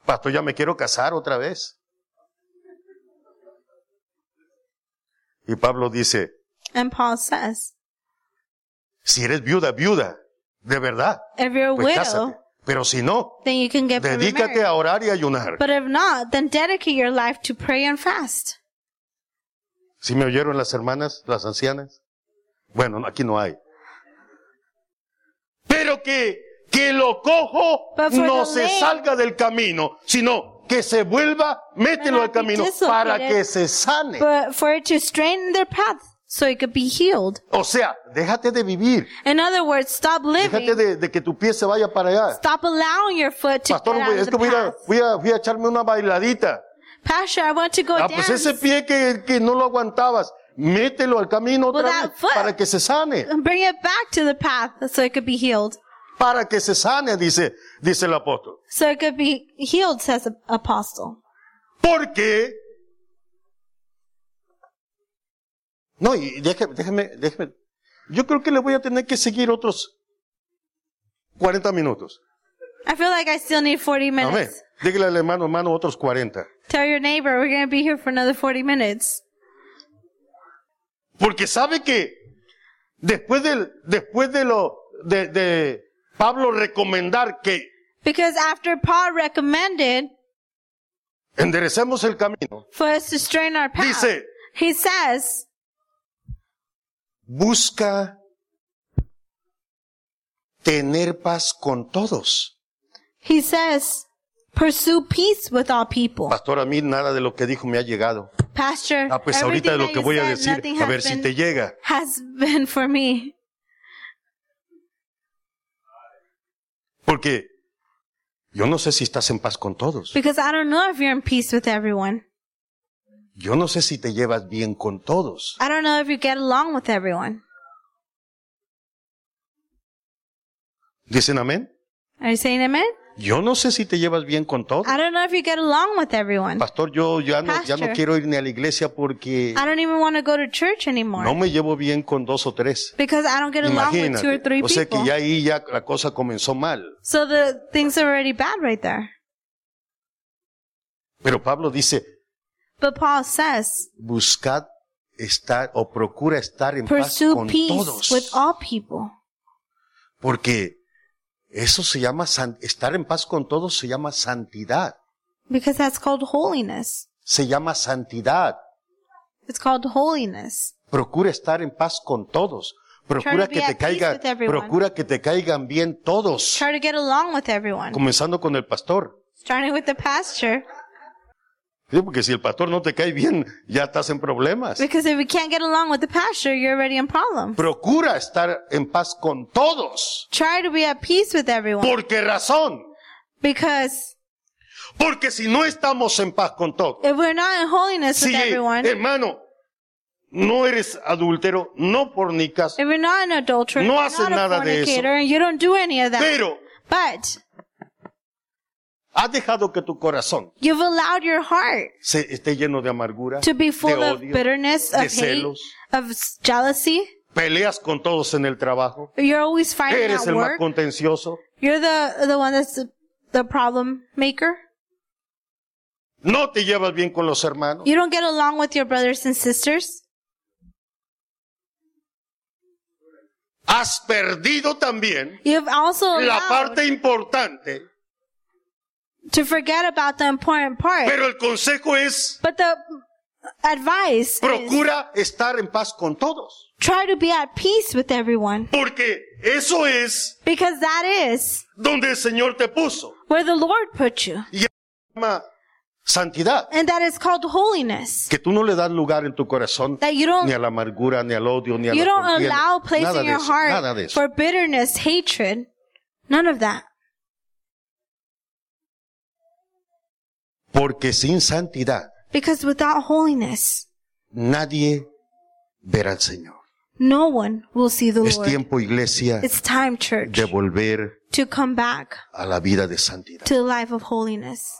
Pastor, ya me quiero casar otra vez. Y Pablo dice, And Paul says, si eres viuda, viuda, de verdad, if you're a pues widow, cásate. Pero si no, then you can get dedícate remarried. a orar y a ayunar. But if not, then dedicate your life to pray and fast. ¿Sí me oyeron las hermanas, las ancianas? Bueno, no, aquí no hay. Pero que, que lo cojo But for no the se lame- salga del camino, sino que se vuelva, mételo not al be camino disobedient, para que se sane. But for it to straighten their path so it could be healed. O sea, déjate de vivir, In other words, stop déjate living. de, de que tu pie se vaya para allá. Stop allowing your foot to Pastor, get out voy- of es que the voy a, path. voy, a, voy a echarme una bailadita. Pastor, I want to go Ah, dance. pues ese pie que, que no lo aguantabas, mételo al camino otra Well, that vez foot- para que se sane. Bring it back to the path so it could be healed. Para que se sane, dice, dice el apóstol. So it could be healed, says the apostle. Porque. No, y déjeme, déjeme, déjeme. Yo creo que le voy a tener que seguir otros 40 minutos. I feel like I still need 40 minutes. Amén. Dígale al hermano, hermano, otros 40. Tell your neighbor we're going to be here for another 40 minutes. Porque sabe que después del, después de lo, de, de Pablo recomendar que Because after Paul recommended enderecemos el camino, for us to straighten our path, dice, he says, busca tener paz con todos. he says, pursue peace with all people. Pastor, a mí nada de lo que dijo me ha llegado. Pastor, Ah, pues everything ahorita lo that que you voy a said, decir, nothing a has ver si been- te llega. has been for me. Porque yo no sé si estás en paz con todos. Because I don't know if you're in peace with everyone. Yo no sé si te llevas bien con todos. I don't know if you get along with everyone. ¿Dicen amén? Are you saying amen? Yo no sé si te llevas bien con todos. I don't know if you get along with everyone. Pastor, yo ya no, ya no Pastor. quiero ir ni a la iglesia porque I don't even want to go to church anymore. no me llevo bien con dos o tres. Because I don't get along with two or Imagínate. three O sea que people. ya ahí ya la cosa comenzó mal. So the things are already bad right there. Pero Pablo dice, But Paul says, buscad estar o procura estar en paz pursue con peace todos. with all people. Porque eso se llama, san- estar en paz con todos se llama santidad. Because that's called holiness. Se llama santidad. It's called holiness. Procura estar en paz con todos. Procura Try que to te be at peace caiga, with everyone. procura que te caigan bien todos. Try to get along with everyone. Comenzando con el pastor. Starting with the pastor. Sí, porque si el pastor no te cae bien, ya estás en problemas. Because if you can't get along with the pastor, you're already in problem. Procura estar en paz con todos. Try to be at peace with everyone. ¿Por qué razón? Because Porque si no estamos en paz con todos, if we're not in holiness si, with everyone, if hermano, no eres adúltero, no fornicas, we're not an adulterer, No you're haces not a nada de eso. fornicator, and you don't do any of that. pero But has dejado que tu corazón you've allowed your heart se esté lleno de amargura, to be de full of odio, bitterness, de of hate, celos. of s- jealousy. Peleas con todos en el trabajo, You're always fighting eres at el más work. contencioso, You're the the one that's the, the problem maker. no te llevas bien con los hermanos. You don't get along with your brothers and sisters. Has perdido también You've also la allowed parte importante, to forget about the important part. pero el consejo es But the advice is procura estar en paz con todos, try to be at peace with everyone porque eso es because that is donde el Señor te puso. where the Lord put you. Y se llama santidad, And that is called holiness. que tú no le das lugar en tu corazón That you ni a don't la amargura, ni al odio, ni a you la don't contienda, allow place nada in de your eso, nada de heart eso. for bitterness, hatred. None of that. Porque sin santidad Because without holiness, nadie verá al Señor. no one will see the Es Lord. tiempo, iglesia, It's time, church, de volver to come back a la vida de santidad. to the life of holiness.